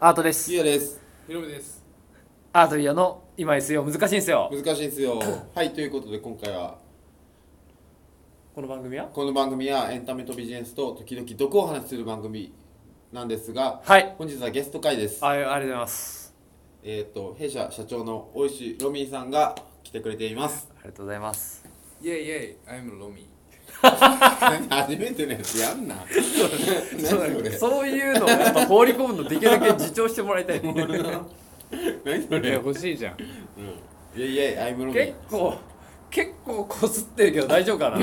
アートですゆうやですひろみです。アートイヤの今ですよ難しいんですよ難しいんで すよはいということで今回はこの番組はこの番組はエンタメとビジネスと時々毒をお話しする番組なんですが、はい本日はゲスト会ですあありがとうございますえっ、と弊社社長の大石ロミンさんが来てくれていますありがとうございますイェイイェイ、I'm ロミ。 初めてのやつやんな何そ れそういうのをやっぱ放り込むのできるだけ自重してもら いたい何そいや、れ欲しいじゃん。いやいやアイムロミン結構結構こすってるけど大丈夫かな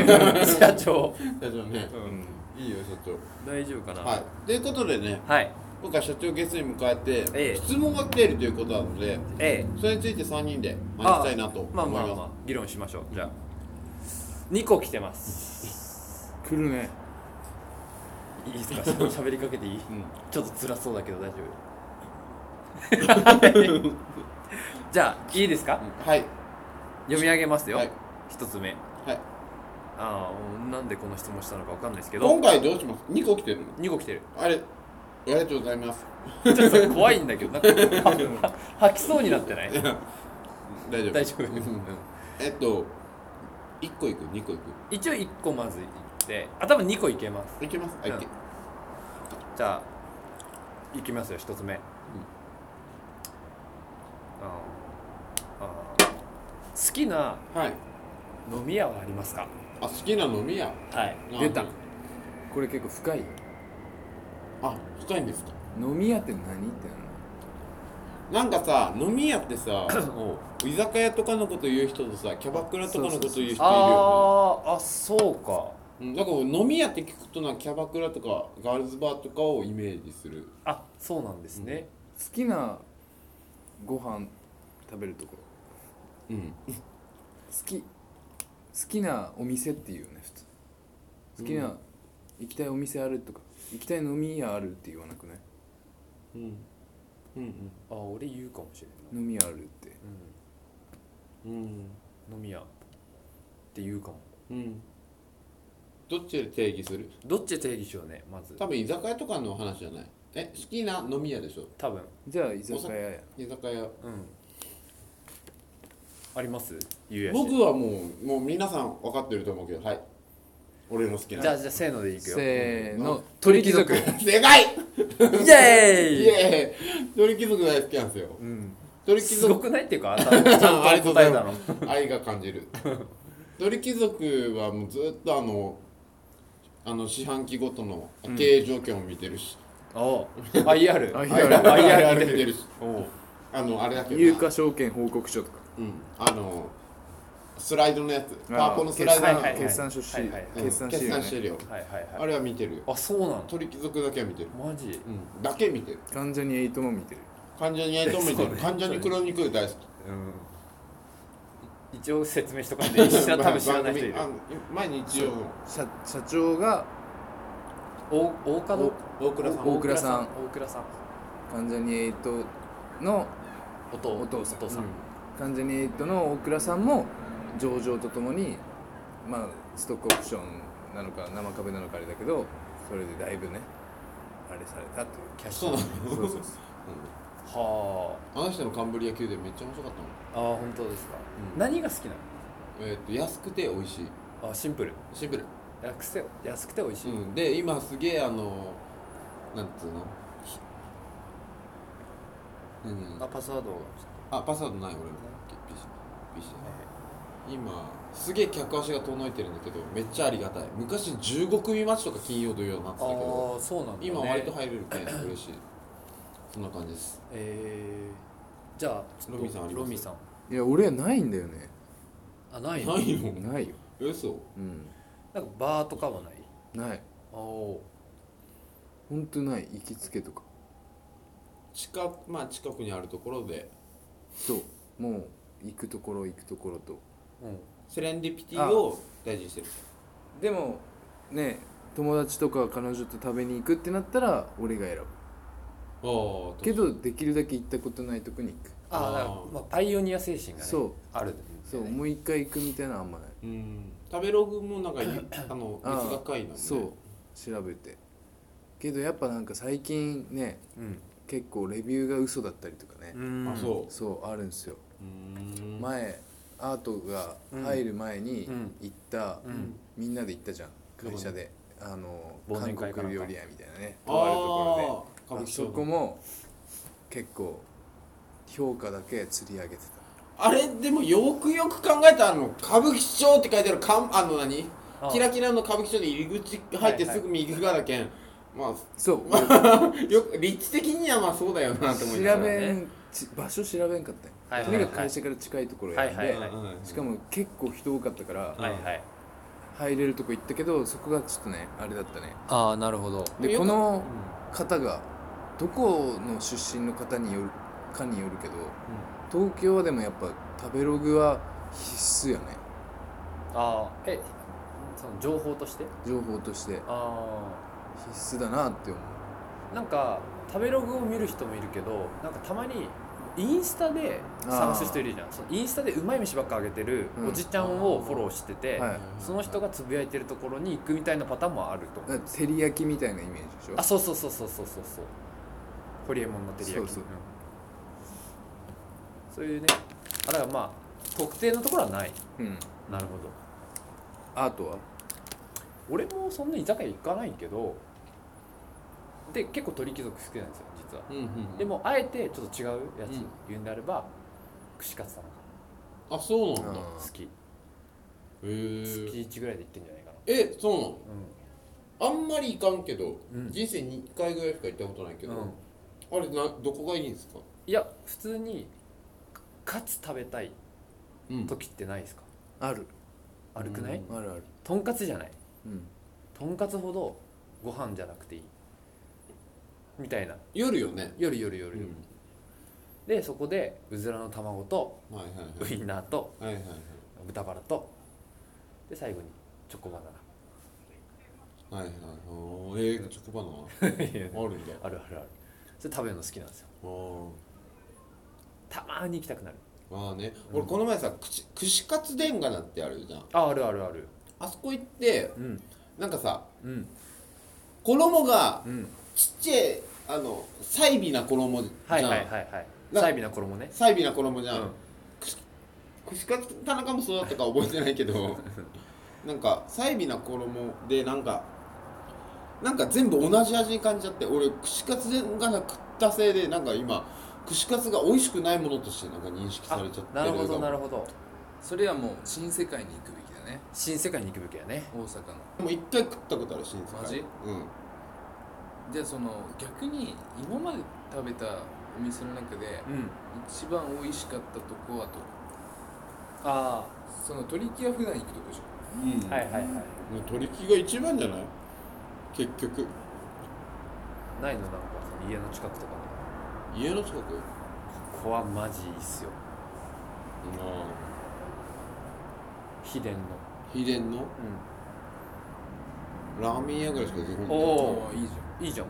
社長社長ねうん。いいよ社大丈夫かな長はいということでねはい今回社長ゲストに迎えて、ええ質問が来ているということなのでええそれについて3人で話したいなと思いままあす、まあまあ議論しましょうじゃあ2個来てます来るね。いいですか喋りかけていいうんちょっと辛そうだけど大丈 夫じゃあいいですかはい読み上げますよ、はい一つ目はいああなんでこの質問したのかわかんないですけど今回どうします2個来てるの2個来てるあれありがとうございますちょっとそれ怖いんだけどなんか は吐きそうになってない大丈夫大丈夫うんうんえっと1個いく2個いく一応1個まずいってあ多分2個いけますいけますあいけ、じゃあいきますよ一つ目、あーあー好きなはい飲み屋はありますかあ好きな飲み屋はいなん出たこれ結構深いよ。あ深いんですか飲み屋って何ってなのなんかさ飲み屋って さおう居酒屋とかのこと言う人とさキャバクラとかのこと言う人いるよあーあそうかねうんだから飲み屋って聞くとなんかキャバクラとかガールズバーとかをイメージするあそうなんですね、好きなご飯食べるとこ。うん好き。好きなお店っていうよね、普通。好きな、行きたいお店あるとか、行きたい飲み屋あるって言わなくないうんうんあ俺言うかもしれない、飲み屋あるって。うんうんうん、飲み屋って言うかもうんどっちで定義するどっちで定義しようねまず多分居酒屋とかの話じゃないえ好きな飲み屋でしょ多分じゃあ、居酒屋や。居酒屋うんありますゆうやし僕はもうもう皆さん分かってると思うけどはい俺の好きなじゃあじゃあせーのでいくよせーうんの、鳥貴 族。でかいイエーイイエーイ鳥貴族大好きなんですようん、鳥貴すご族くないっていうかあたちゃんと答えたの愛が感じる鳥貴族はもうずっとあのあの四半期ごとの経営状況も見てるし、おう IR IR IR 見てるしおうあのあれだけどな有価証券報告書とか。うんあのスライドのやつパワポのスライ決ドの、算はい決算書資料はいはいうん決算資料決算ね資料はいはいあはいれは見てるよあそうなの鳥貴族だけは見てる、マジうん、だけ見てる関ジャニエイトも見てる患者にやりとめてる患者に黒肉大好きうん一応説明しとかん で一緒多分知らない人いる番組あ毎日一応社社長がお大加戸お大倉さんお大倉さん大倉さん関ジャニエイトのお父お父さんお父さん、関ジャニエイトの大倉さんも上場とともにまあストックオプションなのか生株なのかあれだけどそれでだいぶねあれされたというキャッシそうュなはのそうそうそうああの人のカンブリア宮殿めっちゃ面白かったのあー本当ですか、うん何が好きなえっ、と安くて美味しいのあシンプルシンプル、安くて安くて美味しい、うん、で今すげえあのなんつうのひ何あパスワードがあパスワードない俺もピシピシ今すげえ客足が遠のいてるんだけどめっちゃありがたい昔15組待ちとか金曜土曜になってあたけどあそうなんだ、ね、今割と入れるけん嬉しいそんな感じですえー、じゃあちょっとロミさんありますロミさんいや俺はないんだよねあないのないよないよ嘘うんなんかバーとかはないないあおほんとない行きつけとか近くまあ近くにあるところでそうもう行くところ行くところとうんセレンディピティを大事にしてるでもね友達とか彼女と食べに行くってなったら俺が選ぶああけどできるだけ行ったことないとこに行くああだからあーまあ、パイオニア精神がねそうあるんだよねそうもう一回行くみたいなのあんまないうん食べログもなんかあのああ別学会なんでそう調べてけどやっぱなんか最近ねうん結構レビューが嘘だったりとかね、んあそうそうあるんですよ、うーん前アートが入る前に行った、みんなで行ったじゃん会社であの忘韓年会かなんか国料理屋みたいなねあとあるとーこ歌ろで舞あ伎そ町こも結構評価だけ釣り上げてあれでもよくよく考えたらあの歌舞伎町って書いてあるかんあの何あキラキラの歌舞伎町の入り口入ってすぐ右側だけん、またそうあよく立地的にはまあそうだよなって思いな調がらべんち場所調べんかったよ、はいはいとにかく会社から近いところ選んで、はいはいはいうんしかも結構人多かったから、はいはい入れるとこ行ったけどそこがちょっとねあれだったねああなるほどでよこくのうん方がどこの出身の方によるかによるけど東京はでもやっぱ食べログは必須やねああえその情報として情報としてあ必須だなって思うあなんか食べログを見る人もいるけどなんかたまにインスタで探す人いるじゃんそのインスタでうまい飯ばっかあげてるうんおじちゃんをフォローしてて、はいその人がつぶやいてるところに行くみたいなパターンもあると思うだから照り焼きみたいなイメージでしょあそうそうそうそうそうそうそうホリエモンの照り焼きそうそそうんういうねあだからまあ特定のところはないうんなるほどアートは俺もそんな居酒屋行かないけどで結構鳥貴族好きなんですよ実はうんうんでもあえてちょっと違うやつうん言うんであれば、串カツ田中あそうなんだへうん好きえ月1ぐらいで行ってんじゃないかなえそうなのうあんまり行かんけど、うん人生2回ぐらいしか行ったことないけど、ん、うん、あれなどこがいいんですか、いや普通にカツ食べたいうん時ってないですか、ある悪くない、うんあるあるとんかつじゃないうんとんかつほどご飯じゃなくていいみたいな夜よね、夜夜う夜、ん、でそこでうずらの卵とはいはいはウいインナーとはいはいはい豚バラとで最後にチョコバはいはいおーえー、チョコバナナナいやナあるんだあるあるあるそれ食べるの好きなんですよあーたまーに行きたくなるまあね、俺この前さ串串カツ田がなってあるじゃんああるあるあるあそこ行ってうんなんかさうん衣がうんちっちゃいあの細微な衣じゃん、はいはいはいはいな細微な衣ね細微な衣じうゃん、ん串カツ田中もそうだったか覚えてないけ どなんか細微な衣でなんかなんか全部同じ味に感じちゃって俺串カツがなくったせいでなんか今串カツが美味しくないものとしてなんか認識さあれちゃってるなるほどなるるほどそれはもう新世界に行くべきだね新世界に行くべきやね大阪のでも一回食ったことあるしマジうんじゃあその逆に今まで食べたお店の中でうん一番美味しかったとこはとあその鳥木屋普段行くとこじうんあはいはいはい取り木が一番じゃない結局ないのなんかその家の近くとかね家の近くここはマジいいっすよあ秘伝の、秘伝のラーメン屋ぐらいしか出てこないおーいいじいいじゃん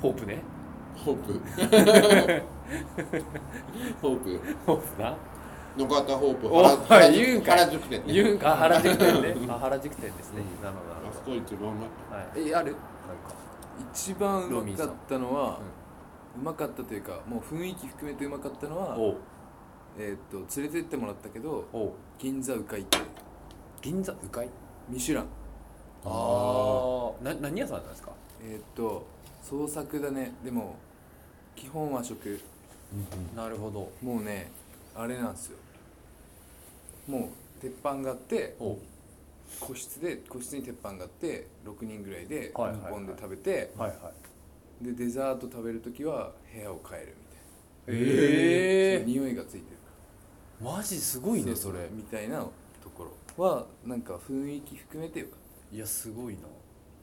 ホープねホ ープホープホープな野方ホープおい原原宿言うんかい原宿店ね言うんか原宿店 ねあ原宿店ですねなるほどなるあそほこ一番うまいどはいゃんえあなんるか一番うロミまーさかんったのは、うまかったというかもう雰囲気含めてうまかったのは、おうえー、と連れてってもらったけどおう銀座うかいって銀座うかいミシュランああな何屋さんなんですかえっ、と創作だねでも基本和食なるほどもうねあれなんですよもう鉄板があっておう個室で個室に鉄板があって6人ぐらいではいはいはい囲んで食べて、はいはいでデザート食べる時は部屋を変えるみたいなえそのえ匂いがついてるマジすごいねそうれみたいなところはなんか雰囲気含めてよかっいやすごいな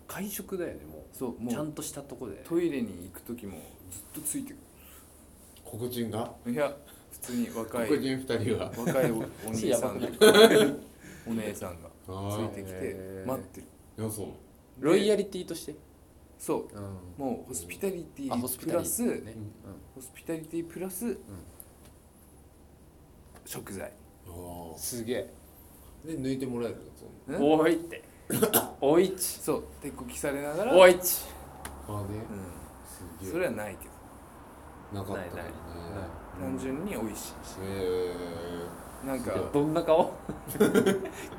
会食だよねもたそううちゃもんうとしたとこでトイレに行く時もずっとついてく黒人がるいや普通に若い黒人二人は若 いおお兄さんやお姉さんがあつーいてきてへー待ってるいやそうロイヤリティとしてそうんうもうホスピタリテあホスィピプタラリテスィねホスピタリティプラス食材あーすげえで抜いてもらえるのそんなねおいって おいちそう手こきされながらおいちあーねうすんげえそれはないけどなかったからなねい単純に美味しいしへなんかどんな顔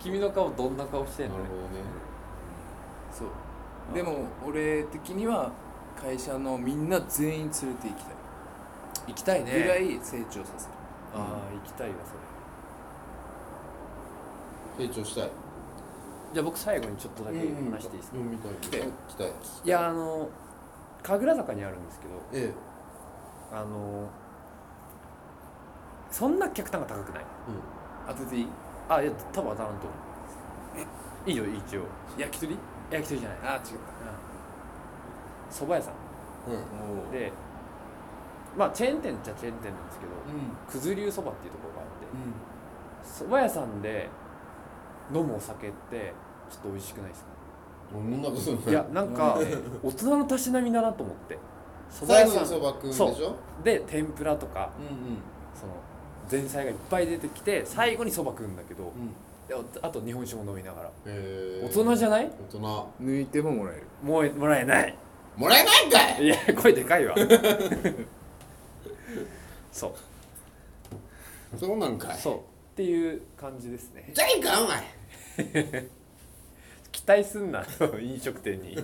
君の顔どんな顔しえてんなのるほどねそうでも俺的には会社のみんな全員連れて行きたい行きたいねぐらい成長させるああ行きたいわそれ成長したいじゃあ僕最後にちょっとだけ話していいですか、うん見たい来て来たいいやあの神楽坂にあるんですけどええあのそんな客単価高くない当てていいあいや多分当たらんと思ういいよ一応焼き鳥焼き鳥じゃないあ違った蕎麦屋さうんうんんおでまあチェーン店っちゃチェーン店なんですけどうん九頭竜そばっていうところがあってう蕎ん麦屋さんで飲むお酒ってちょっと美味しくないですか俺もなんかそのいやなんか大人のたしなみだなと思って蕎麦最屋後にさそんば食うんでしそうょで天ぷらとかうんうんその前菜がいっぱい出てきて最後にそば食うんだけどうんであと日本酒も飲みながらええ大人じゃない大人抜いてももらえるもうもらえないもらえないんかいいや声でかいわ そうそうなんかいそうっていう感じですねじゃいかんわい期待すんな 飲食店に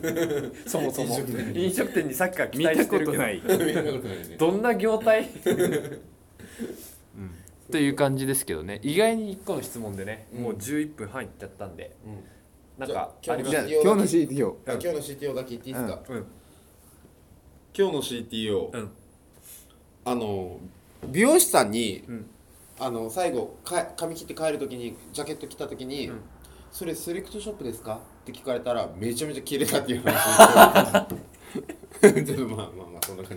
そもそも飲食店飲食店にさっきから期見待たしてこるとけどない見たこと ないねどんな業態という感じですけどね意外に1個の質問でね、うんもう11分半いっちゃったんでうなんんかじゃあありまじすゃあ今日の CTO あ今日の CTO だけ言っていいですかうん今日の CTO うんあの美容師さんに、うんあの最後か髪切って帰る時にジャケット着た時に、うんそれセレクトショップですか?」って 聞かれたらめちゃめちゃ綺麗だっていう話ちょっとまあまあまあそんな感じ